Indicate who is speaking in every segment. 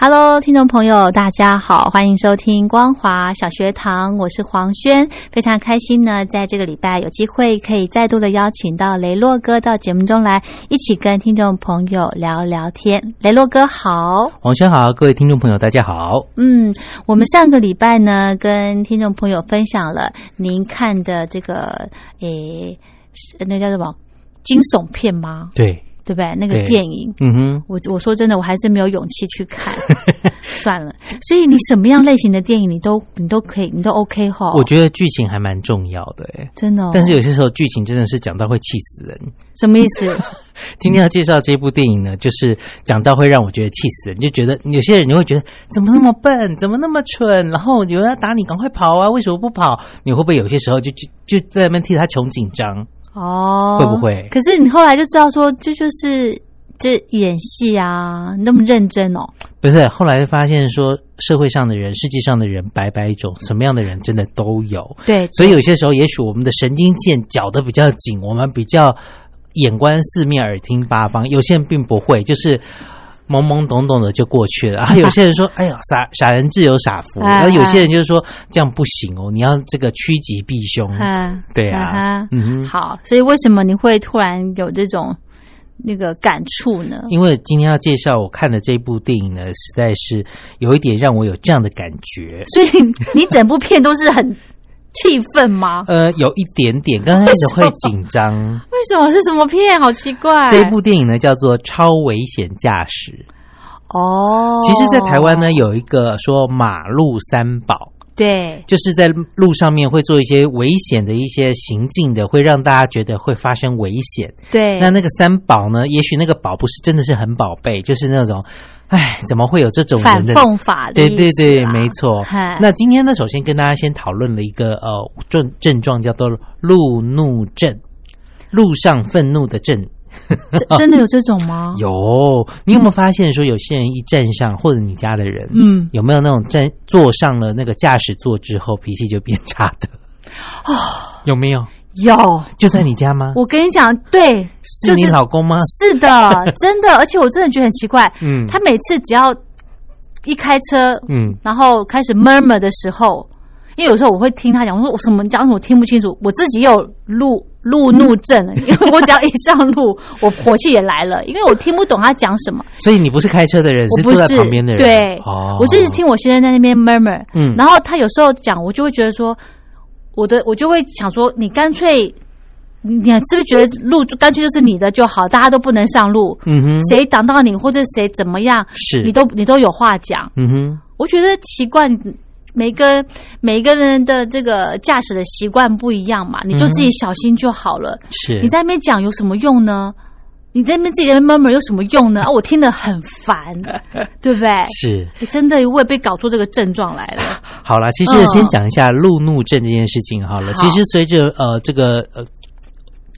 Speaker 1: Hello，听众朋友，大家好，欢迎收听光华小学堂，我是黄轩，非常开心呢，在这个礼拜有机会可以再度的邀请到雷洛哥到节目中来，一起跟听众朋友聊聊天。雷洛哥好，
Speaker 2: 黄轩好，各位听众朋友，大家好。
Speaker 1: 嗯，我们上个礼拜呢，跟听众朋友分享了您看的这个诶，是那叫什么惊悚片吗？
Speaker 2: 对，
Speaker 1: 对不对？那个
Speaker 2: 对
Speaker 1: 电影。
Speaker 2: 嗯哼，
Speaker 1: 我我说真的，我还是没有勇气去 看，算了。所以你什么样类型的电影，你都你都可以，你都 OK 哈。
Speaker 2: 我觉得剧情还蛮重要的诶、
Speaker 1: 真的、哦，
Speaker 2: 但是有些时候剧情真的是讲到会气死人。
Speaker 1: 什么意 思？
Speaker 2: 今天要介绍这部电影呢，就是讲到会让我觉得气死人，就觉得有些人你会觉得怎么那么笨，怎么那么蠢，然后有人要打你，赶快跑啊，为什么不跑？你会不会有些时候就就就在那边替他穷紧张？
Speaker 1: 哦，
Speaker 2: 会不会
Speaker 1: 可是你后来就知道说，这就是这演戏啊，你那么认真哦。
Speaker 2: 不是，后来发现说社会上的人、世界上的人，百百种，什么样的人真的都有。
Speaker 1: 对，
Speaker 2: 所以有些时候，也许我们的神经线绞得比较紧，我们比较眼观四面、耳听八方。有些人并不会，就是懵懵懂懂的就过去 了。啊，有些人说：“哎呀，傻傻人自有傻福。”
Speaker 1: 哎
Speaker 2: 然后有些人就是说：“这样不行哦，你要这个趋吉避凶。
Speaker 1: 啊，”
Speaker 2: 对
Speaker 1: 啊
Speaker 2: 啊
Speaker 1: 哈，
Speaker 2: 嗯哼，
Speaker 1: 好。所以为什么你会突然有这种那个感触呢？
Speaker 2: 因为今天要介绍我看的这部电影呢，实在是有一点让我有这样的感觉。
Speaker 1: 所以你整部片都是很气愤吗？
Speaker 2: 呃，有一点点，刚开始会紧张。
Speaker 1: 为什么是什么片？好奇怪。
Speaker 2: 这部电影呢，叫做《超危险驾驶》。
Speaker 1: 哦，
Speaker 2: 其实，在台湾呢，有一个说马路三宝，
Speaker 1: 对，
Speaker 2: 就是在路上面会做一些危险的一些行径的，会让大家觉得会发生危险。
Speaker 1: 对，
Speaker 2: 那那个三宝呢，也许那个宝不是真的是很宝贝，就是那种，哎，怎么会有这种
Speaker 1: 反
Speaker 2: 人的？
Speaker 1: 讽法的
Speaker 2: 对
Speaker 1: 意思
Speaker 2: 对对，
Speaker 1: 啦
Speaker 2: 没错
Speaker 1: 嗨。
Speaker 2: 那今天呢，首先跟大家先讨论了一个呃症症状，叫做路怒症，路上愤怒的症。
Speaker 1: 哦 真真的有这种吗？
Speaker 2: 有，你有没有发现说，有些人一站上，或者你家的人，
Speaker 1: 嗯，
Speaker 2: 有没有那种站坐上了那个驾驶座之后，脾气就变差的？有没有？
Speaker 1: 有。
Speaker 2: 就在你家吗？
Speaker 1: 哦我跟你讲，对，
Speaker 2: 嗯是你老公吗？
Speaker 1: 是 的，真的，而且我真的觉得很奇怪，
Speaker 2: 嗯
Speaker 1: 他每次只要一开车，
Speaker 2: 嗯，
Speaker 1: 然后开始 murmur 的时候，因为有时候我会听他讲，我说我什么你讲什么我听不清楚，我自己也有路路怒症，因为我只要一上路，我火气也来了，因为我听不懂他讲什么。
Speaker 2: 所以你不是开车的人，
Speaker 1: 我
Speaker 2: 是
Speaker 1: 不
Speaker 2: 坐
Speaker 1: 是
Speaker 2: 在旁边的人。
Speaker 1: 对，
Speaker 2: 哦，
Speaker 1: 我就是听我先生在那边 murmur，
Speaker 2: 嗯
Speaker 1: 然后他有时候讲，我就会觉得说，我的我就会想说，你干脆，你你是不是觉得路就干脆就是你的就好，大家都不能上路，
Speaker 2: 嗯哼，
Speaker 1: 谁挡到你或者谁怎么样，
Speaker 2: 是
Speaker 1: 你都你都有话讲。
Speaker 2: 嗯哼，
Speaker 1: 我觉得习惯，每个每个人的这个驾驶的习惯不一样嘛，你就
Speaker 2: 嗯哼
Speaker 1: 自己小心就好了。
Speaker 2: 是
Speaker 1: 你在那边讲有什么用呢？你在那边自己在那边 murmur 有什么用呢？啊，我听得很 烦，对不对？
Speaker 2: 是。
Speaker 1: 诶真的，我也被搞出这个症状来 了。
Speaker 2: 好啦，其实
Speaker 1: 嗯
Speaker 2: 先讲一下路怒症这件事情好了。
Speaker 1: 好
Speaker 2: 其实随着呃这个呃。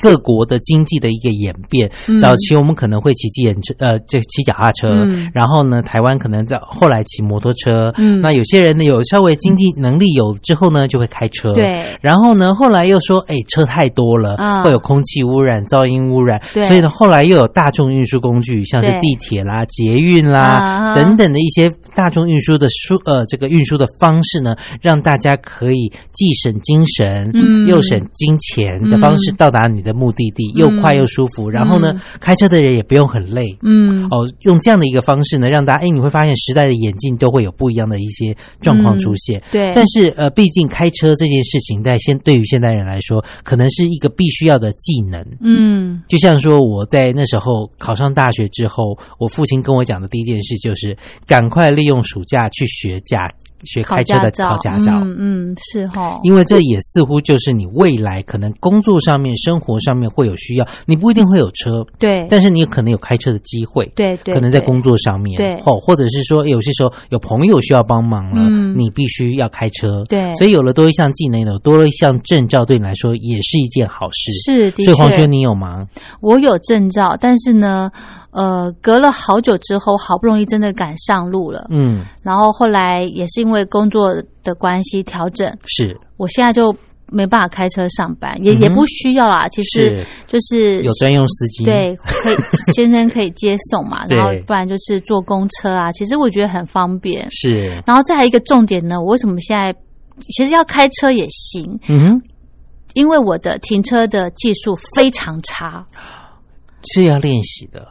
Speaker 2: 各国的经济的一个演变，
Speaker 1: 嗯
Speaker 2: 早期我们可能会骑自行车，呃，这骑脚踏车，
Speaker 1: 嗯
Speaker 2: 然后呢，台湾可能在后来骑摩托车，
Speaker 1: 嗯
Speaker 2: 那有些人呢有稍微经济能力有之后呢，就会开车，
Speaker 1: 对，
Speaker 2: 然后呢，后来又说，哎，车太多了，
Speaker 1: 嗯
Speaker 2: 会有空气污染、噪音污染，
Speaker 1: 对
Speaker 2: 所以呢，后来又有大众运输工具，像是
Speaker 1: 对
Speaker 2: 地铁啦、捷运啦、
Speaker 1: 啊
Speaker 2: 等等的一些大众运输的输呃这个运输的方式呢，让大家可以既省精神，
Speaker 1: 嗯
Speaker 2: 又省金钱的方式到达你的目的地，
Speaker 1: 嗯
Speaker 2: 又快又舒服。然后呢，开车的人也不用很累。
Speaker 1: 嗯，
Speaker 2: 哦，用这样的一个方式呢，让大家哎，你会发现时代的演进都会有不一样的一些状况
Speaker 1: 嗯
Speaker 2: 出现。
Speaker 1: 对，
Speaker 2: 但是呃，毕竟开车这件事情，在现对于现代人来说，可能是一个必须要的技能。
Speaker 1: 嗯，
Speaker 2: 就像说我在那时候考上大学之后，我父亲跟我讲的第一件事就是赶快利用暑假去学驾学
Speaker 1: 考
Speaker 2: 开车
Speaker 1: 驾
Speaker 2: 的
Speaker 1: 照，
Speaker 2: 考驾照。
Speaker 1: 嗯嗯，是哈，
Speaker 2: 因为这也似乎就是你未来可能工作上面、生活上面会有需要，你不一定会有车，
Speaker 1: 对，
Speaker 2: 但是你可能有开车的机会。
Speaker 1: 对对，
Speaker 2: 可能在
Speaker 1: 对
Speaker 2: 工作上面，
Speaker 1: 对
Speaker 2: 哦，或者是说有些时候有朋友需要帮忙了，
Speaker 1: 嗯
Speaker 2: 你必须要开车，
Speaker 1: 对
Speaker 2: 所以有了多一项技能，有多了一项证照，对你来说也是一件好事。
Speaker 1: 是的
Speaker 2: 所以黄
Speaker 1: 确
Speaker 2: 轩，，你有吗？
Speaker 1: 我有证照，但是呢，呃，隔了好久之后，好不容易真的赶上路了，
Speaker 2: 嗯，
Speaker 1: 然后后来也是因为工作的关系调整，
Speaker 2: 是
Speaker 1: 我现在就没办法开车上班，也、
Speaker 2: 嗯哼
Speaker 1: 也不需要啦，其实
Speaker 2: 是
Speaker 1: 就是
Speaker 2: 有专用司机，，
Speaker 1: 对， 可以先生可以接送嘛，
Speaker 2: 对
Speaker 1: 然后不然就是坐公车啊，其实我觉得很方便。
Speaker 2: 是，
Speaker 1: 然后再来一个重点呢，我为什么现在其实要开车也行，
Speaker 2: 嗯哼，
Speaker 1: 因为我的停车的技术非常差。
Speaker 2: 是要练习的，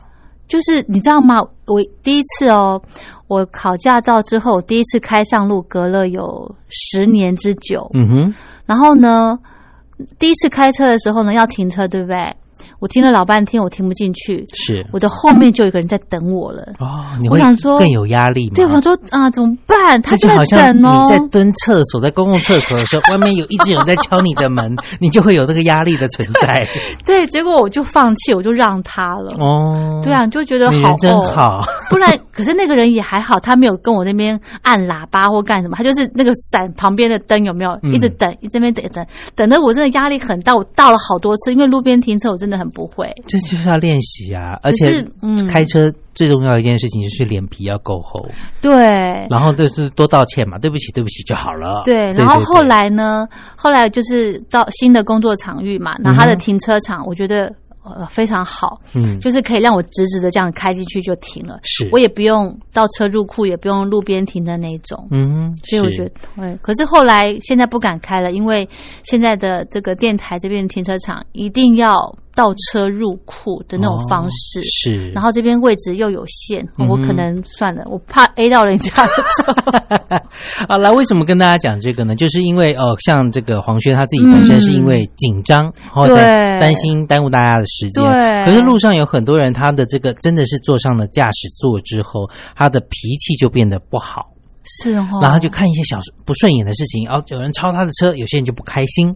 Speaker 1: 就是你知道吗？我第一次哦，我考驾照之后，我第一次开上路，隔了有十年之久。
Speaker 2: 嗯哼，
Speaker 1: 然后呢，第一次开车的时候呢，要停车，对不对？我停了老半天，我停不进去，
Speaker 2: 是
Speaker 1: 我的后面就有一个人在等我了。
Speaker 2: 哦，你
Speaker 1: 我
Speaker 2: 会
Speaker 1: 想说
Speaker 2: 更有压力吗？
Speaker 1: 对，我说啊、怎么办？他
Speaker 2: 这
Speaker 1: 就
Speaker 2: 就好
Speaker 1: 在
Speaker 2: 像
Speaker 1: 等哦
Speaker 2: 你。在蹲厕所，在公共厕所的时候，外面有一直有人在敲你的门， 你就会有那个压力的存 在。
Speaker 1: 对，结果我就放弃，我就让他了。
Speaker 2: 哦，
Speaker 1: 对啊，，你就觉得
Speaker 2: 你
Speaker 1: 好
Speaker 2: 人真
Speaker 1: 哦
Speaker 2: 好。
Speaker 1: 不然，可是那个人也还好，他没有跟我那边按喇叭或干什么，他就是那个伞旁边的灯有没有
Speaker 2: 嗯
Speaker 1: 一直等，一直这边等等，等的我真的压力很大，我倒了好多次，因为路边停车我真的很不会。
Speaker 2: 这就是要练习啊！而
Speaker 1: 可是
Speaker 2: 且，
Speaker 1: 嗯
Speaker 2: 开车最重要的一件事情就是脸皮要够厚，
Speaker 1: 哎对
Speaker 2: 然后就是多道歉嘛，对不起，对不起就好了。
Speaker 1: 对，然后后来呢，后来就是到新的工作场域嘛，那他的停车场我觉得呃非常好，
Speaker 2: 嗯，
Speaker 1: 就是可以让我直直的这样开进去就停了，
Speaker 2: 是
Speaker 1: 我也不用到车入库，也不用路边停的那种。
Speaker 2: 嗯哼，
Speaker 1: 所以我
Speaker 2: 是
Speaker 1: 觉得，嗯，可是后来现在不敢开了，因为现在的这个电台这边停车场一定要倒车入库的那种方式，
Speaker 2: 哦是，
Speaker 1: 然后这边位置又有限，
Speaker 2: 嗯哼
Speaker 1: 我可能算了，我怕 A 到人家 的车。
Speaker 2: 好来，为什么跟大家讲这个呢？就是因为呃，像这个黄轩他自己本身是因为紧张，然后
Speaker 1: 嗯对
Speaker 2: 担心耽误大家的时间。
Speaker 1: 对
Speaker 2: 可是路上有很多人，他的这个真的是坐上了驾驶座之后，他的脾气就变得不好。
Speaker 1: 是哦，
Speaker 2: 然后就看一些小事不顺眼的事情，然后有人超他的车，有些人就不开心。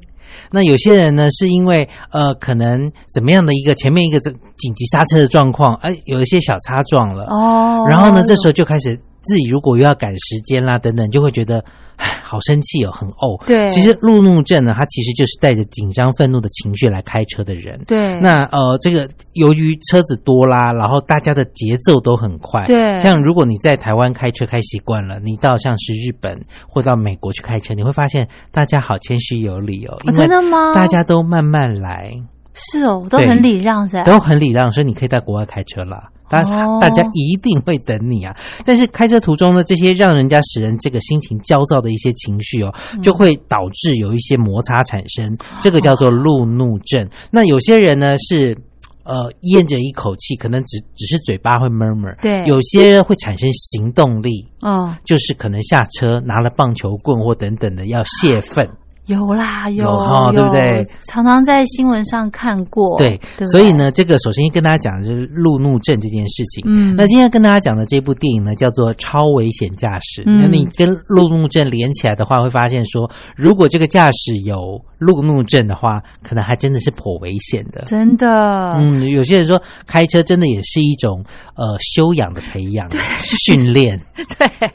Speaker 2: 那有些人呢，是因为呃，可能怎么样的一个前面一个这紧急刹车的状况，哎、有一些小擦撞了，
Speaker 1: 哦，
Speaker 2: 然后呢，这时候就开始自己如果又要赶时间啦等等，就会觉得唉，好生气哦，很怄。
Speaker 1: 对
Speaker 2: 其实路怒症呢，它其实就是带着紧张、愤怒的情绪来开车的人。
Speaker 1: 对，
Speaker 2: 那呃，这个由于车子多啦，然后大家的节奏都很快。
Speaker 1: 对
Speaker 2: 像如果你在台湾开车开习惯了，你到像是日本或到美国去开车，你会发现大家好谦虚有礼哦，因为
Speaker 1: 啊真的吗
Speaker 2: 大家都慢慢来，
Speaker 1: 是哦，我都
Speaker 2: 对
Speaker 1: 很礼让噻。
Speaker 2: 都很礼让，所以你可以在国外开车啦。大
Speaker 1: 哦
Speaker 2: 大家一定会等你啊！但是开车途中呢，这些让人家使人这个心情焦躁的一些情绪哦，
Speaker 1: 嗯
Speaker 2: 就会导致有一些摩擦产生，
Speaker 1: 哦
Speaker 2: 这个叫做路怒症。那有些人呢是。呃，咽着一口气，可能只只是嘴巴会 murmur，
Speaker 1: 对
Speaker 2: 有些会产生行动力，
Speaker 1: 嗯，哦
Speaker 2: 就是可能下车拿了棒球棍或等等的要泄愤，
Speaker 1: 有啦，有
Speaker 2: 有哈对不对？
Speaker 1: 常常在新闻上看过，
Speaker 2: 对
Speaker 1: 不，
Speaker 2: 所以，呢，这个首先跟大家讲的就是路怒症这件事情。
Speaker 1: 嗯，
Speaker 2: 那今天跟大家讲的这部电影呢，叫做《超危险驾驶》。
Speaker 1: 嗯
Speaker 2: 那你跟路怒症连起来的话，会发现说，如果这个驾驶有路怒症的话，可能还真的是颇危险的。
Speaker 1: 真的，
Speaker 2: 嗯，有些人说开车真的也是一种呃修养的培养、训练。
Speaker 1: 对，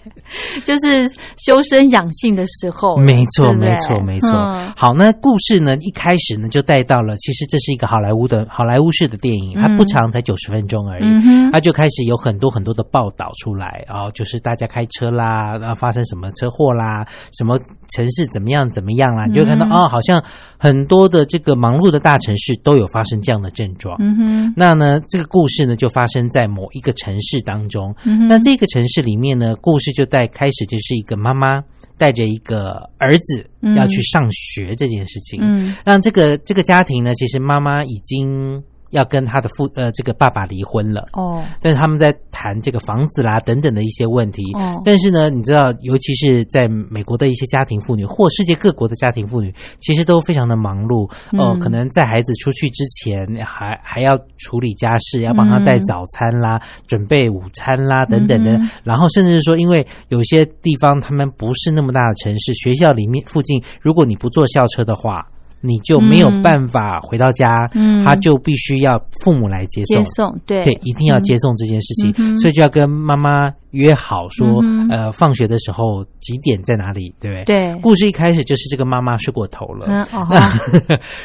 Speaker 1: 就是修身养性的时候，
Speaker 2: 没错，
Speaker 1: 对不对
Speaker 2: 没错，没错。
Speaker 1: 嗯
Speaker 2: 好，那故事呢，一开始呢就带到了，其实这是一个好莱坞的好莱坞式的电影，它不
Speaker 1: 嗯
Speaker 2: 长，才九十分钟而已。
Speaker 1: 嗯哼，
Speaker 2: 它就开始有很多很多的报道出来，哦，就是大家开车啦，然后发生什么车祸啦，什么城市怎么样怎么样啦，你就会看到、
Speaker 1: 嗯
Speaker 2: 哦，好像很多的这个忙碌的大城市都有发生这样的症状。
Speaker 1: 嗯哼，
Speaker 2: 那呢，这个故事呢就发生在某一个城市当中。
Speaker 1: 嗯哼
Speaker 2: 那这个城市里面呢，故事就在开始就是一个妈妈带着一个儿子
Speaker 1: 嗯
Speaker 2: 要去上学这件事情。
Speaker 1: 嗯
Speaker 2: 让这个这个家庭呢，其实妈妈已经要跟他的父呃这个爸爸离婚了。
Speaker 1: 哦，
Speaker 2: 但是他们在谈这个房子啦等等的一些问题。
Speaker 1: 哦
Speaker 2: 但是呢，你知道，尤其是在美国的一些家庭妇女或世界各国的家庭妇女，其实都非常的忙碌哦、
Speaker 1: 嗯
Speaker 2: 可能在孩子出去之前还，还要处理家事，要帮他带
Speaker 1: 嗯
Speaker 2: 早餐啦、准备午餐啦等等的。
Speaker 1: 嗯哼
Speaker 2: 然后甚至是说，因为有些地方他们不是那么大的城市，学校里面附近，如果你不坐校车的话。你就没有
Speaker 1: 嗯
Speaker 2: 办法回到家，
Speaker 1: 嗯
Speaker 2: 他就必须要父母来接送
Speaker 1: 接。送，对，
Speaker 2: 对，一定要接送这件事情，
Speaker 1: 嗯哼
Speaker 2: 所以就要跟妈妈约好说，
Speaker 1: 嗯哼
Speaker 2: 呃，放学的时候几点在哪里，对不对？。
Speaker 1: 对，
Speaker 2: 故事一开始就是这个妈妈睡过头了，
Speaker 1: 嗯哦哈，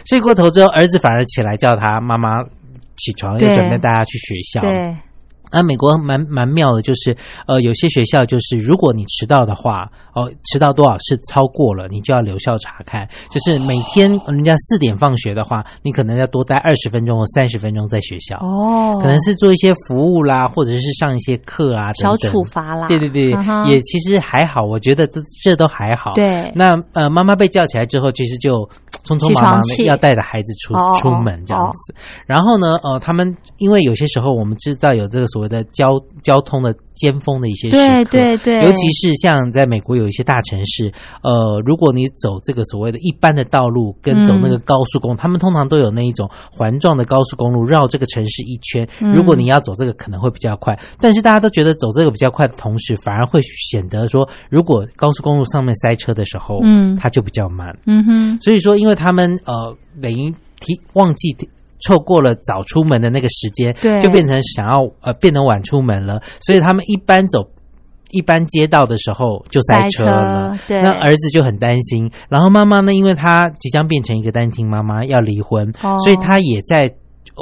Speaker 2: 睡过头之后，儿子反而起来叫他妈妈起床，要
Speaker 1: 对
Speaker 2: 准备带他去学校。
Speaker 1: 对，
Speaker 2: 那、美国蛮蛮妙的，就是呃，有些学校就是如果你迟到的话，哦，迟到多少是超过了，你就要留校查看。就是每天人家四点放学的话，你可能要多待二十分钟或三十分钟在学校。
Speaker 1: 哦，
Speaker 2: 可能是做一些服务啦，或者是上一些课啊，
Speaker 1: 小
Speaker 2: 等等
Speaker 1: 处。罚啦，
Speaker 2: 对对对，
Speaker 1: 嗯哼
Speaker 2: 也其实还好，我觉得这这都还好。，
Speaker 1: 对，
Speaker 2: 那呃，妈妈被叫起来之后，其实就匆匆
Speaker 1: 起
Speaker 2: 忙
Speaker 1: 床
Speaker 2: 忙的
Speaker 1: 气
Speaker 2: 要带着孩子出
Speaker 1: 哦哦
Speaker 2: 出门这样子。然后呢，呃，他们因为有些时候我们知道有这个所谓的交交通的尖峰的一些时
Speaker 1: 对
Speaker 2: 刻，
Speaker 1: 对对，
Speaker 2: 尤其是像在美国有一些大城市，呃，如果你走这个所谓的一般的道路，跟走那个高速公路，他们通常都有那一种环状的高速公路绕这个城市一圈。
Speaker 1: 嗯
Speaker 2: 如果你要走这个，可能会比较快，但是大家都觉得走这个比较快的同时，反而会显得说，如果高速公路上面塞车的时候，
Speaker 1: 嗯
Speaker 2: 它就比较慢。
Speaker 1: 嗯哼，
Speaker 2: 所以说，因为他们呃，等于提忘记提错过了早出门的那个时间，
Speaker 1: 对
Speaker 2: 就变成想要呃变得晚出门了，所以他们一般走。一般街道的时候就塞车了，
Speaker 1: 塞车对
Speaker 2: 那儿子就很担心。然后妈妈呢，因为她即将变成一个单亲妈妈，要离婚，
Speaker 1: 哦
Speaker 2: 所以她也在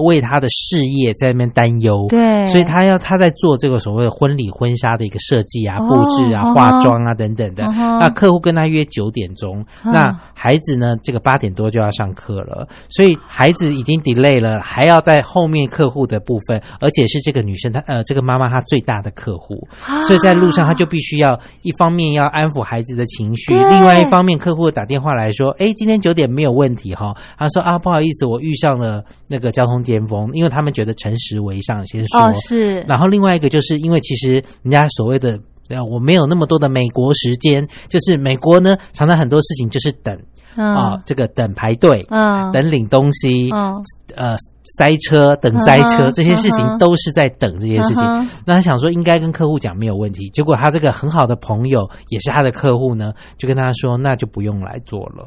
Speaker 2: 为她的事业在那边担忧。
Speaker 1: 对，
Speaker 2: 所以她要她在做这个所谓的婚礼婚纱的一个设计啊、
Speaker 1: 哦
Speaker 2: 布置啊、
Speaker 1: 嗯哼
Speaker 2: 化妆啊等等的。
Speaker 1: 嗯哼
Speaker 2: 那客户跟她约九点钟，
Speaker 1: 嗯
Speaker 2: 那孩子呢，这个八点多就要上课了，所以孩子已经 delay 了，还要在后面客户的部分，而且是这个女生她呃这个妈妈她最大的客户，
Speaker 1: 啊
Speaker 2: 所以在路上她就必须要一方面要安抚孩子的情绪，
Speaker 1: 对
Speaker 2: 另外一方面客户打电话来说，哎，今天九点没有问题哈、她说啊不好意思，我遇上了那个交通尖峰，因为他们觉得诚实为上，先说、
Speaker 1: 哦是，
Speaker 2: 然后另外一个就是因为其实人家所谓的。呃，我没有那么多的美国时间，就是美国呢，常常很多事情就是等啊、
Speaker 1: 嗯
Speaker 2: 这个等排队、
Speaker 1: 嗯
Speaker 2: 等领东西、
Speaker 1: 嗯
Speaker 2: 呃，塞车、等塞车、
Speaker 1: 嗯哼
Speaker 2: 这些事情
Speaker 1: 嗯哼
Speaker 2: 都是在等这件事情。
Speaker 1: 嗯哼
Speaker 2: 那他想说应该跟客户讲没有问题，结果他这个很好的朋友也是他的客户呢，就跟他说那就不用来做了，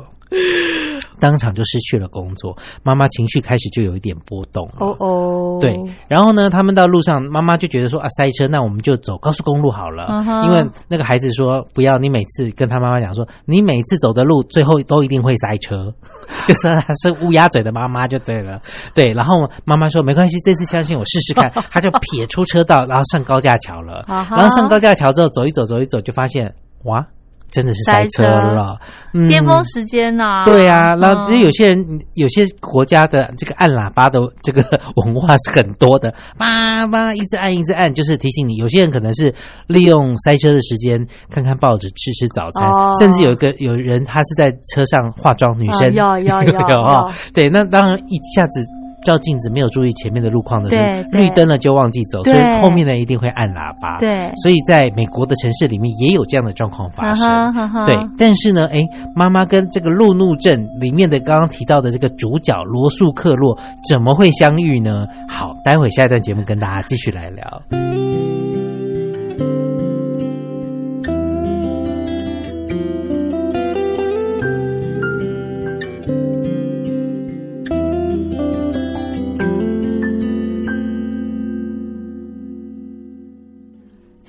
Speaker 2: 当场就失去了工作，妈妈情绪开始就有一点波动了。
Speaker 1: 哦哦，
Speaker 2: 对，然后呢，他们到路上，妈妈就觉得说啊塞车，那我们就走高速公路好了，
Speaker 1: 嗯哼
Speaker 2: 因为那个孩子说不要，你每次跟他妈妈讲说，你每次走的路最后都一定会塞车， 就是他是乌鸦嘴的妈妈就对了，对，然后妈妈说没关系，这次相信我试 试看，他就撇出车道，然后上高架桥了，
Speaker 1: 啊哈
Speaker 2: 然后上高架桥之后走一走走一走，就发现哇，真的是塞车
Speaker 1: 塞车
Speaker 2: 了，嗯
Speaker 1: 巅峰时间呐，
Speaker 2: 对啊，然后
Speaker 1: 嗯
Speaker 2: 因为有些人、有些国家的这个按喇叭的这个文化是很多的， 叭叭一直按一直按，就是提醒你。有些人可能是利用塞车的时间看看报纸、吃吃早餐，
Speaker 1: 哦
Speaker 2: 甚至有一个有人他是在车上化妆，女生、
Speaker 1: 嗯 有有有
Speaker 2: 有
Speaker 1: 有
Speaker 2: 哦对，那当然一下子照镜子没有注意前面的路况的时候
Speaker 1: 对，对
Speaker 2: 绿灯了就忘记走，所
Speaker 1: 对
Speaker 2: 以后面的一定会按喇叭。
Speaker 1: 对
Speaker 2: 所以在美国的城市里面也有这样的状况发生。
Speaker 1: 啊哈哈哈
Speaker 2: 对，但是呢，哎，妈妈跟这个路怒症里面的刚刚提到的这个主角罗素克洛怎么会相遇呢？好，待会下一段节目跟大家继续来聊。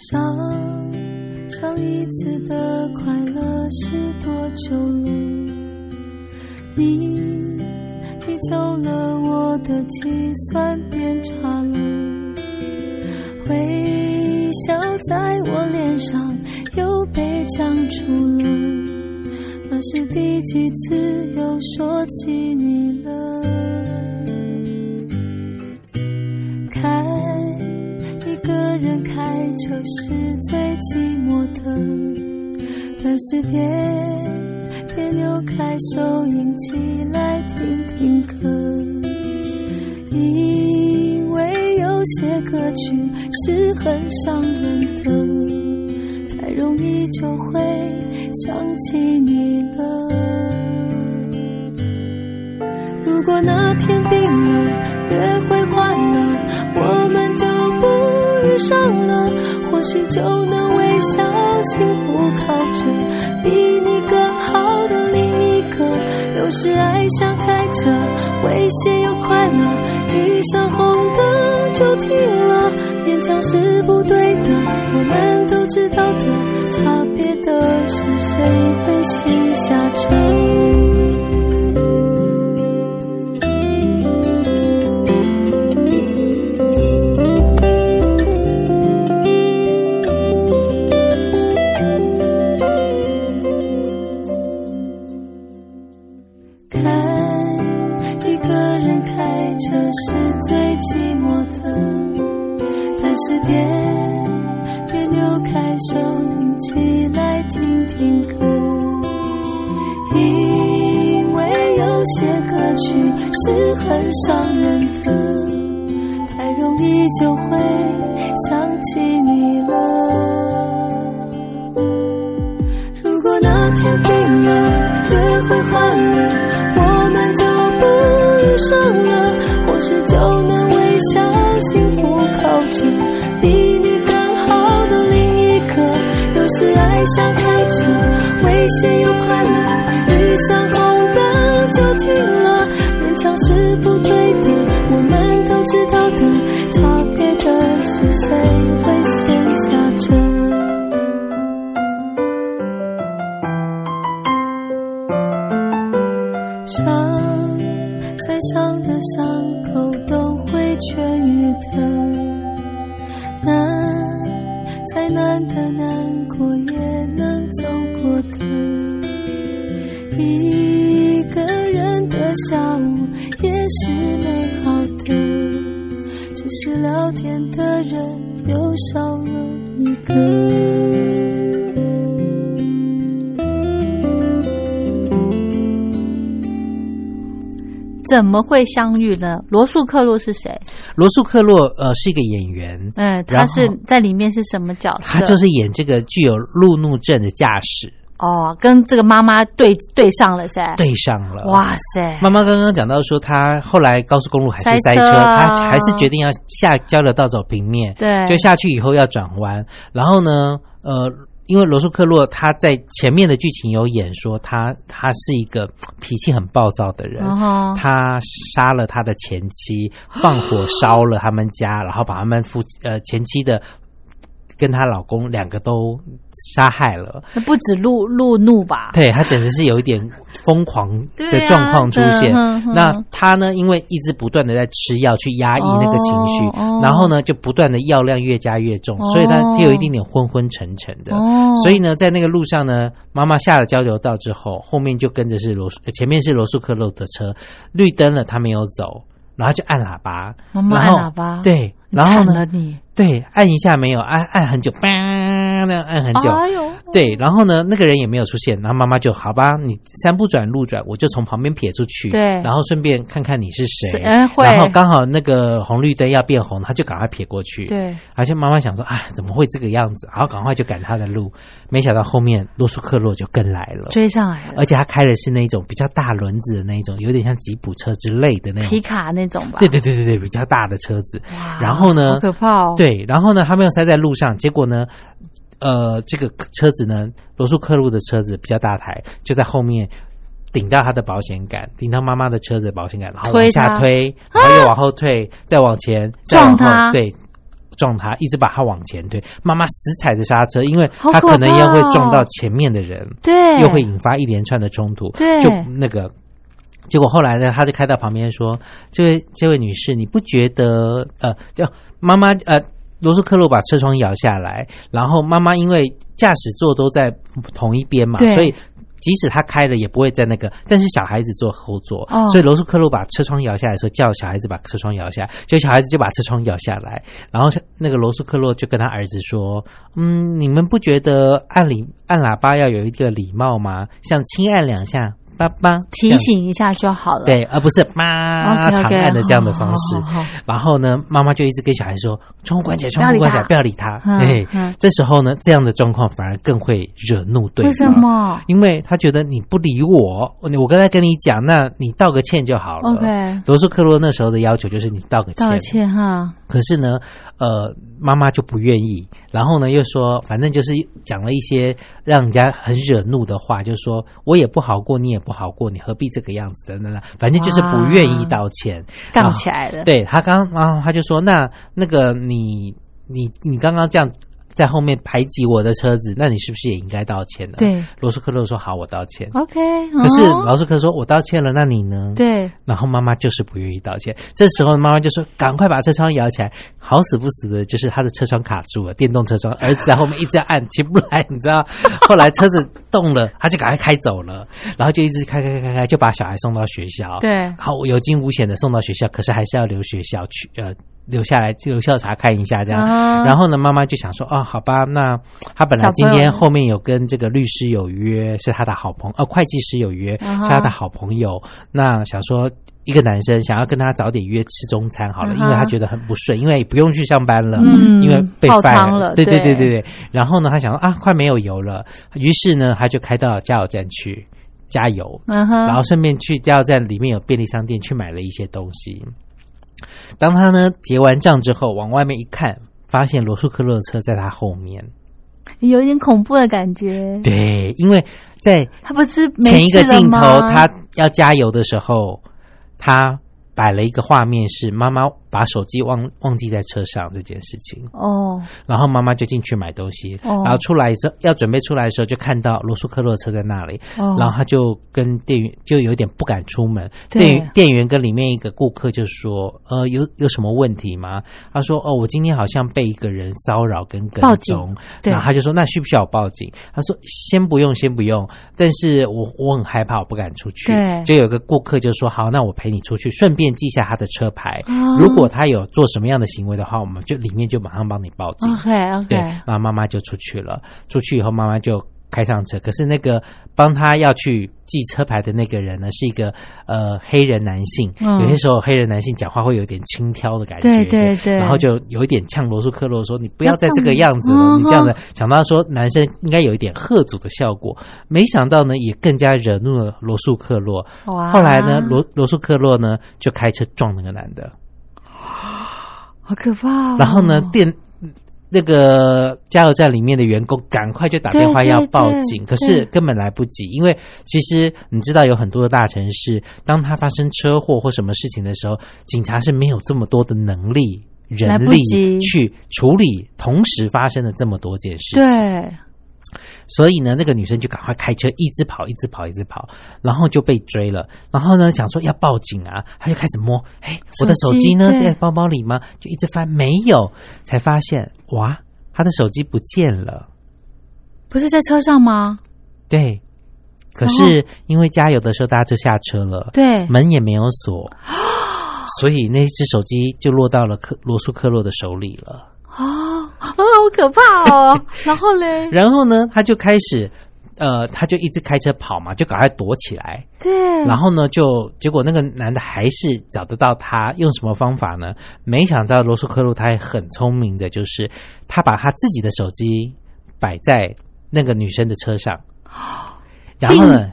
Speaker 3: 上上一次的快乐是多久了？你你走了，我的计算变差了。微笑在我脸上又被长出了，那是第几次又说起你了？开。一个人开车是最寂寞的，但是别别扭开收音机来听听歌，因为有些歌曲是很伤人的，太容易就会想起你了。如果那天病了，约会换了，我们就不遇上了，或许就能微笑幸福靠着比你更好的另一个。有时爱像开车，危险又快乐，遇上红灯就停了，勉强是不对的，我们都知道的，差别的是谁会先下车。开一个人开车是最寂寞的，但是别别扭开收音机来听听歌，因为有些歌曲是很伤人的，太容易就会想起你了。如果那天病了，约会换了，我们就不遇上了，或许就能微笑幸福靠着比你更好的另一个。有时爱像开车，危险又快乐，遇上红灯就停了，勉强是不对的，我们都知道的，差别的是谁会先下车。伤，再伤的伤口都会痊愈的。难，再难的难过也能走过的。一个人的下午也是美好的，只是聊天的人又少了一个。
Speaker 1: 怎么会相遇呢？罗素克洛是谁？
Speaker 2: 罗素克洛呃是一个演员，
Speaker 1: 嗯，他
Speaker 2: 然后
Speaker 1: 是在里面是什么角色？
Speaker 2: 他就是演这个具有路怒症的驾驶，
Speaker 1: 哦，跟这个妈妈对对上了噻。，
Speaker 2: 对上了。
Speaker 1: 哇塞，
Speaker 2: 妈妈刚刚讲到说，她后来高速公路还是
Speaker 1: 塞
Speaker 2: 塞
Speaker 1: 车
Speaker 2: 车，
Speaker 1: 啊
Speaker 2: 她还是决定要下交流道走平面，
Speaker 1: 对
Speaker 2: 就下去以后要转弯。然后呢，呃，因为罗素克洛他在前面的剧情有演说，他他是一个脾气很暴躁的人，
Speaker 1: 然后
Speaker 2: 他杀了他的前妻，放火烧了他们 家，然后把他们夫妻呃前妻的。跟她老公两个都杀害了，
Speaker 1: 那不止路路怒吧？
Speaker 2: 对他简直是有一点疯狂
Speaker 1: 对啊嗯
Speaker 2: 的状况出现。
Speaker 1: 对哼哼
Speaker 2: 那他呢，因为一直不断的在吃药去压抑那个情绪，
Speaker 1: 哦哦
Speaker 2: 然后呢就不断的药量越加越重，
Speaker 1: 哦
Speaker 2: 所以他他有一点点昏昏沉沉的。
Speaker 1: 哦
Speaker 2: 所以呢，在那个路上呢，妈妈下了交流道之后，后面就跟着是罗素，呃前面是罗素克洛的车，绿灯了他没有走，然后就按喇叭，
Speaker 1: 妈妈
Speaker 2: 然后
Speaker 1: 按喇叭
Speaker 2: 对，
Speaker 1: 你
Speaker 2: 然后
Speaker 1: 惨
Speaker 2: 呢
Speaker 1: 了，你，
Speaker 2: 对，按一下没有，按按很久，叭，那样按很久，
Speaker 1: 哎呦，
Speaker 2: 对，然后呢，那个人也没有出现，然后妈妈就好吧，你山不转路转，我就从旁边撇出去，
Speaker 1: 对
Speaker 2: 然后顺便看看你是谁，
Speaker 1: 嗯会
Speaker 2: 然后刚好那个红绿灯要变红，他就赶快撇过去，，
Speaker 1: 对，
Speaker 2: 而且妈妈想说，哎，怎么会这个样子？然后赶快就赶他的路，没想到后面洛苏克洛就跟来了。
Speaker 1: 追上来了
Speaker 2: 而，且他开的是那种比较大轮子的那种，有点像吉普车之类的那种
Speaker 1: 皮卡那种吧？
Speaker 2: 哎对对对对对，比较大的车子。
Speaker 1: 哇，
Speaker 2: 然后呢
Speaker 1: 好可怕哦！，
Speaker 2: 对，然后呢，他没有塞在路上，结果呢，呃，这个车子呢，罗素克路的车子比较大台，就在后面顶到他的保险杆，顶到妈妈的车子的保险杆，然后往
Speaker 1: 推
Speaker 2: 下
Speaker 1: 他
Speaker 2: 推，然后又往后退，再往前，再
Speaker 1: 撞
Speaker 2: 往后
Speaker 1: 他
Speaker 2: 对。撞他，一直把他往前推，妈妈死踩着刹车，因为
Speaker 1: 好
Speaker 2: 他
Speaker 1: 可
Speaker 2: 可能又会
Speaker 1: 怕哦
Speaker 2: 撞到前面的人。
Speaker 1: 对，
Speaker 2: 又会引发一连串的冲突。
Speaker 1: 对
Speaker 2: 就那个，结果后来呢，他就开到旁边说：“这位这位女士，你不觉得呃，就妈妈呃，罗素克洛把车窗摇下来，然后妈妈因为驾驶座都在同一边嘛，
Speaker 1: 对
Speaker 2: 所以。”即使他开了，也不会在那个。但是小孩子坐后座，
Speaker 1: 哦
Speaker 2: 所以罗素克洛把车窗摇下来的时候，叫小孩子把车窗摇下来，就小孩子就把车窗摇下来。然后那个罗素克洛就跟他儿子说：“嗯，你们不觉得按礼按喇叭要有一个礼貌吗？像轻按两下，叭叭
Speaker 1: 提醒一下就好了。
Speaker 2: 这样，对，而不是叭
Speaker 1: OK，OK，
Speaker 2: 长按的这样的方式。
Speaker 1: 哦好好好好
Speaker 2: 然后呢，妈妈就一直跟小孩说：窗户关起来，窗户
Speaker 1: 不要
Speaker 2: 关
Speaker 1: 理
Speaker 2: 起
Speaker 1: 他
Speaker 2: 来，不要理他。
Speaker 1: 嗯
Speaker 2: 对，
Speaker 1: 嗯
Speaker 2: 这时候呢，这样的状况反而更会惹怒对
Speaker 1: 为
Speaker 2: 方。
Speaker 1: 什？么
Speaker 2: 因为他觉得你不理我，我刚才跟你讲，那你道个歉就好了。
Speaker 1: ？OK，
Speaker 2: 罗素克洛那时候的要求就是你道个
Speaker 1: 道歉哈，
Speaker 2: 可是呢，呃，妈妈就不愿意，然后呢又说，反正就是讲了一些让人家很惹怒的话，就说我也不好过，你也不好过，你何必这个样子？等等等，反正就是不愿意道歉，啊
Speaker 1: 杠起来了。
Speaker 2: 对他刚，然后他就说：“那那个你你你刚刚这样在后面排挤我的车子，那你是不是也应该道歉呢？”
Speaker 1: 对，
Speaker 2: 罗斯克洛说：“好，我道歉。”
Speaker 1: OK，
Speaker 2: 可是嗯
Speaker 1: 嗯哼
Speaker 2: 罗斯克说：“我道歉了，那你呢？”
Speaker 1: 对，
Speaker 2: 然后妈妈就是不愿意道歉。这时候妈妈就说：“赶快把车窗摇起来！”好死不死的，就是他的车窗卡住了，电动车窗，儿子在后面一直要按，起不来，你知道？后来车子动了，他就赶快开走了，然后就一直开开开开开，就把小孩送到学校。
Speaker 1: 对
Speaker 2: 然后有惊无险的送到学校，可是还是要留学校去呃。留下来留校察看一下，这样。
Speaker 1: 啊
Speaker 2: 然后呢，妈妈就想说，哦，好吧，那他本来
Speaker 1: 小
Speaker 2: 今
Speaker 1: 朋友
Speaker 2: 天
Speaker 1: 呢
Speaker 2: 后面有跟这个律师有约，是他的好朋呃会计师有约，
Speaker 1: 啊哈
Speaker 2: 是他的好朋友。那想说一个男生想要跟他早点约吃中餐好了，
Speaker 1: 啊
Speaker 2: 因
Speaker 1: 哈
Speaker 2: 为他觉得很不顺，因为也不用去上班了，
Speaker 1: 嗯
Speaker 2: 因为被
Speaker 1: 泡
Speaker 2: fire
Speaker 1: 汤了
Speaker 2: 对对
Speaker 1: 对
Speaker 2: 对对对。然后呢，他想说啊，快没有油了，于是呢，他就开到加油站去加油。
Speaker 1: 嗯哼，
Speaker 2: 然后顺便去加油站里面有便利商店去买了一些东西。当他呢结完账之后，往外面一看，发现罗素克洛的车在他后面。
Speaker 1: 嗯有一点恐怖的感觉。
Speaker 2: 对，因为在
Speaker 1: 他不是没
Speaker 2: 前一个
Speaker 1: 事了
Speaker 2: 镜头
Speaker 1: 吗
Speaker 2: 他要加油的时候，他摆了一个画面是妈妈把手机忘忘记在车上这件事情。
Speaker 1: 哦，
Speaker 2: 然后妈妈就进去买东西，
Speaker 1: 哦
Speaker 2: 然后出来之后要准备出来的时候，就看到罗素克洛车在那里，
Speaker 1: 哦
Speaker 2: 然后他就跟店员就有点不敢出门，
Speaker 1: 对
Speaker 2: 店员店员跟里面一个顾客就说：“呃，有有什么问题吗？”他说：“哦，我今天好像被一个人骚扰跟跟
Speaker 1: 报警
Speaker 2: 踪。”
Speaker 1: 对
Speaker 2: 然后他就说：“那需不需要我报警？”他说：“先不用，先不用，但是我我很害怕，我不敢出去。”
Speaker 1: 对
Speaker 2: 就有个顾客就说：“好，那我陪你出去，顺便记下他的车牌。
Speaker 1: 啊
Speaker 2: 如果他有做什么样的行为的话，我们就里面就马上帮你报警。
Speaker 1: OK OK，，
Speaker 2: 对然后妈妈就出去了。出去以后，妈妈就开上车。可是那个帮他要去记车牌的那个人呢，是一个呃黑人男性。
Speaker 1: 嗯
Speaker 2: 有些时候黑人男性讲话会有点轻佻的感觉，
Speaker 1: 对对对
Speaker 2: 然后就有一点呛罗素克洛说：“你不要
Speaker 1: 要
Speaker 2: 再
Speaker 1: 干
Speaker 2: 这个
Speaker 1: 嘛
Speaker 2: 样子了，
Speaker 1: 嗯
Speaker 2: 你这样的。”想到说男生应该有一点喝阻的效果，没想到呢，也更加惹怒了罗素克洛。
Speaker 1: 哇
Speaker 2: 后来呢，罗罗素克洛呢就开车撞那个男的。
Speaker 1: 好可怕哦。
Speaker 2: 然后呢，店那个加油站里面的员工赶快就打电话
Speaker 1: 对对
Speaker 2: 要报
Speaker 1: 对
Speaker 2: 警，
Speaker 1: 对
Speaker 2: 可是根本来不及，因为其实你知道有很多的大城市，当它发生车祸或什么事情的时候，警察是没有这么多的能力。人
Speaker 1: 来不
Speaker 2: 力
Speaker 1: 及
Speaker 2: 去处理同时发生的这么多件事情，
Speaker 1: 对，
Speaker 2: 所以呢，那个女生就赶快开车，一直跑，一直跑，一直跑，然后就被追了。然后呢，想说要报警啊，她就开始摸，哎，我的手机呢
Speaker 1: 手机对
Speaker 2: 在包包里吗？就一直翻，没有，才发现哇，她的手机不见了。
Speaker 1: 不是在车上吗？
Speaker 2: 对，可是因为加油的时候大家就下车了，
Speaker 1: 对，
Speaker 2: 门也没有锁，所以那只手机就落到了克罗素克洛的手里了。
Speaker 1: 哦啊，我好可怕 哦！然后嘞，
Speaker 2: 然后呢，他就开始，呃，他就一直开车跑嘛，就赶快躲起来。
Speaker 1: 对，
Speaker 2: 然后呢，就结果那个男的还是找得到他，用什么方法呢？没想到罗素克鲁他也很聪明的，就是他把他自己的手机摆在那个女生的车 上，然后呢，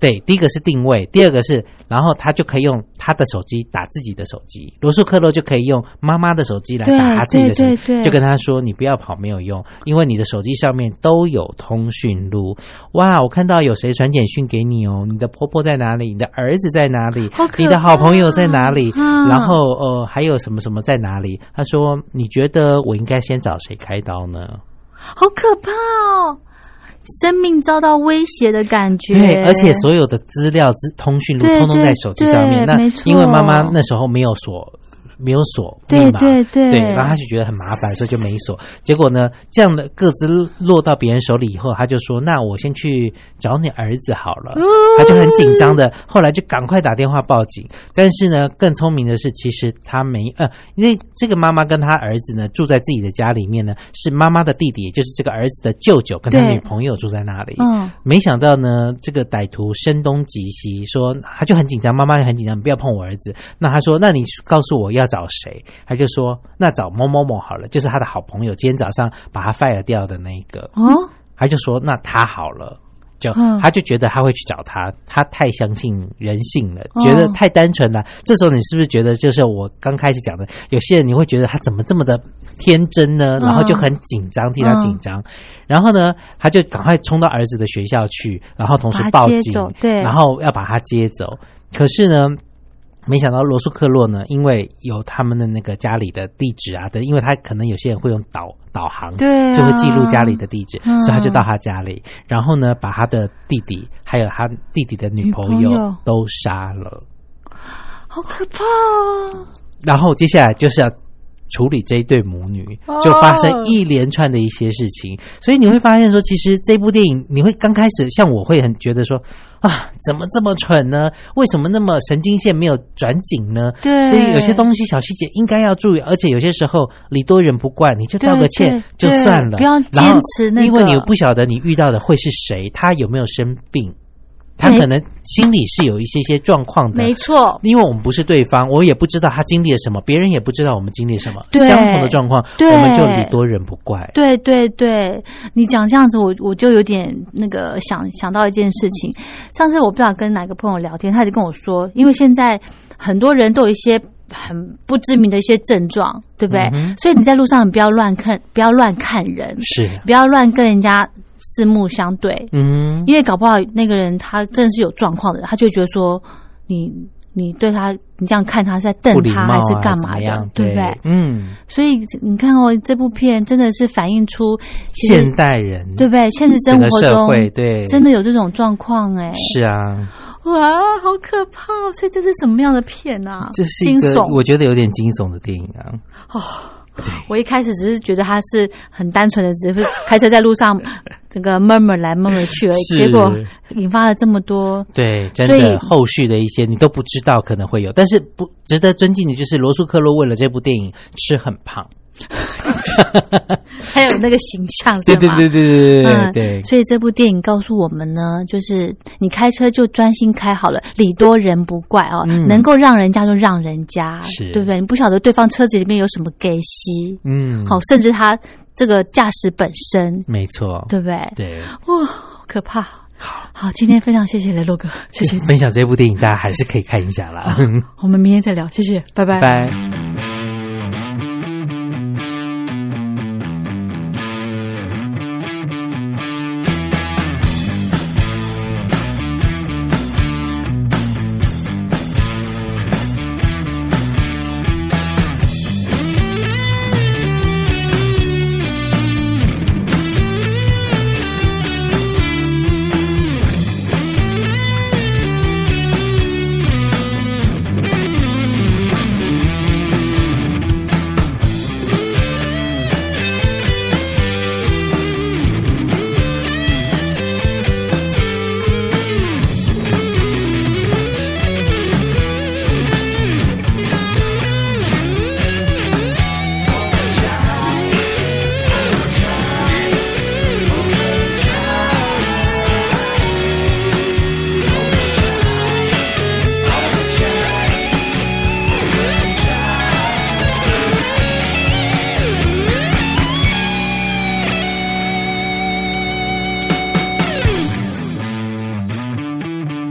Speaker 2: 对，第一个是定位，第二个是，然后他就可以用他的手机打自己的手机，罗素克洛就可以用妈妈的手机来打他自己的手
Speaker 1: 对
Speaker 2: 机，
Speaker 1: 对对
Speaker 2: 就跟他说你不要跑没有用，因为你的手机上面都有通讯录。哇，我看到有谁传简讯给你哦，你的婆婆在哪里？你的儿子在哪里
Speaker 1: 好可？怕哦
Speaker 2: 你的好朋友在哪里？
Speaker 1: 啊
Speaker 2: 然后呃，还有什么什么在哪里？他说你觉得我应该先找谁开刀呢？
Speaker 1: 好可怕哦！生命遭到威胁的感觉，
Speaker 2: 对，而且所有的资料、资通讯录，
Speaker 1: 对
Speaker 2: 通通在手机上
Speaker 1: 对对
Speaker 2: 面。那
Speaker 1: 没错
Speaker 2: 因为妈妈那时候没有锁，没有锁
Speaker 1: 对
Speaker 2: 密码，
Speaker 1: 对对
Speaker 2: 然后她就觉得很麻烦，所以就没锁。结果呢，这样的各自落到别人手里以后，她就说：“那我先去找你儿子好了。”
Speaker 1: 嗯
Speaker 2: 她就很紧张的，后来就赶快打电话报警。但是呢，更聪明的是，其实她没呃，因为这个妈妈跟她儿子呢住在自己的家里面呢，是妈妈的弟弟，也就是这个儿子的舅舅跟他
Speaker 1: 对
Speaker 2: 女朋友住在那里。
Speaker 1: 嗯，
Speaker 2: 没想到呢，这个歹徒声东击西，说他就很紧张，妈妈也很紧张，你不要碰我儿子。那他说，那你告诉我要找谁？他就说，那找某某某好了，就是他的好朋友，今天早上把他 fire 掉的那一个。
Speaker 1: 哦，
Speaker 2: 他就说，那他好了。就
Speaker 1: 嗯
Speaker 2: 他就觉得他会去找他，他太相信人性了，
Speaker 1: 哦
Speaker 2: 觉得太单纯了。这时候你是不是觉得，就是我刚开始讲的，有些人你会觉得他怎么这么的天真
Speaker 1: 嗯
Speaker 2: 呢？然后就很紧张，替他紧张。然后呢，他就赶快冲到儿子的学校去，然后同时
Speaker 1: 把他
Speaker 2: 报
Speaker 1: 接
Speaker 2: 警
Speaker 1: 走，对
Speaker 2: 然后要把他接走。可是呢，没想到罗素克洛呢，因为有他们的那个家里的地址啊的，因为他可能有些人会用导导航，
Speaker 1: 对啊
Speaker 2: 就会记录家里的地址，
Speaker 1: 嗯
Speaker 2: 所以他就到他家里，然后呢，把他的弟弟还有他弟弟的女朋
Speaker 1: 女朋
Speaker 2: 友
Speaker 1: 友
Speaker 2: 都杀了，
Speaker 1: 好可怕哦！
Speaker 2: 然后接下来就是要。处理这一对母女，就发生一连串的一些事情，所以你会发现说，其实这部电影你会刚开始像我会很觉得说啊，怎么这么蠢呢？为什么那么神经线没有转紧呢？
Speaker 1: 对，
Speaker 2: 所以有些东西小细节应该要注意，而且有些时候礼多人不怪，你就道个歉就
Speaker 1: 对对
Speaker 2: 算了，
Speaker 1: 对不要
Speaker 2: 然
Speaker 1: 坚
Speaker 2: 后
Speaker 1: 持那个
Speaker 2: 因为你不晓得你遇到的会是谁，他有没有生病，他
Speaker 1: 没
Speaker 2: 可能心里是有一些些状况的。
Speaker 1: 没错，
Speaker 2: 因为我们不是对方，我也不知道他经历了什么，别人也不知道我们经历了什么，
Speaker 1: 对
Speaker 2: 相同的状况，
Speaker 1: 对
Speaker 2: 我们就礼多人不怪。
Speaker 1: 对对对，你讲这样子，我我就有点那个想想到一件事情。上次我不知道跟哪个朋友聊天，他就跟我说，因为现在很多人都有一些很不知名的一些症状，对不对？
Speaker 2: 嗯哼
Speaker 1: 所以你在路上你不要乱看，不要乱看人，
Speaker 2: 是，
Speaker 1: 不要乱跟人家四目相对，
Speaker 2: 嗯，
Speaker 1: 因为搞不好那个人他真的是有状况的，他就会觉得说你你对他你这样看他是在瞪
Speaker 2: 不礼貌
Speaker 1: 他
Speaker 2: 啊
Speaker 1: 还是干
Speaker 2: 怎
Speaker 1: 嘛
Speaker 2: 么
Speaker 1: 的
Speaker 2: 样，
Speaker 1: 对不对？
Speaker 2: 嗯，
Speaker 1: 所以你看哦，这部片真的是反映出其实
Speaker 2: 现代人
Speaker 1: 对不对？现实
Speaker 2: 整
Speaker 1: 生
Speaker 2: 个
Speaker 1: 活
Speaker 2: 社
Speaker 1: 中
Speaker 2: 会对
Speaker 1: 真的有这种状况哎，
Speaker 2: 是啊，
Speaker 1: 哇，好可怕哦！所以这是什么样的片啊？
Speaker 2: 这是一
Speaker 1: 惊
Speaker 2: 个
Speaker 1: 悚。
Speaker 2: 我觉得有点惊悚的电影啊。
Speaker 1: 我一开始只是觉得他是很单纯的，只是开车在路 上这个 murmur 来 murmur 去而已，
Speaker 2: 是
Speaker 1: 结果引发了这么多。
Speaker 2: 对，真
Speaker 1: 所以
Speaker 2: 的后续的一些你都不知道可能会有，但是不值得尊敬的就是罗素克洛为了这部电影吃很胖，
Speaker 1: 还有那个形象是
Speaker 2: 对
Speaker 1: 吗？
Speaker 2: 对对对对对
Speaker 1: 嗯
Speaker 2: 对，
Speaker 1: 所以这部电影告诉我们呢，就是你开车就专心开好了，礼多人不怪哦，
Speaker 2: 嗯
Speaker 1: 能够让人家就让人家，
Speaker 2: 是
Speaker 1: 对不对？你不晓得对方车子里面有什么给息，
Speaker 2: 嗯，
Speaker 1: 好、，甚至他这个驾驶本身，
Speaker 2: 没错，
Speaker 1: 对不对？
Speaker 2: 对，
Speaker 1: 哇，好可怕！哦好，今天非常谢谢雷洛 哥，谢谢，
Speaker 2: 分享这部电影大家还是可以看一下啦，
Speaker 1: 我们明天再聊，谢谢，拜
Speaker 2: 拜拜。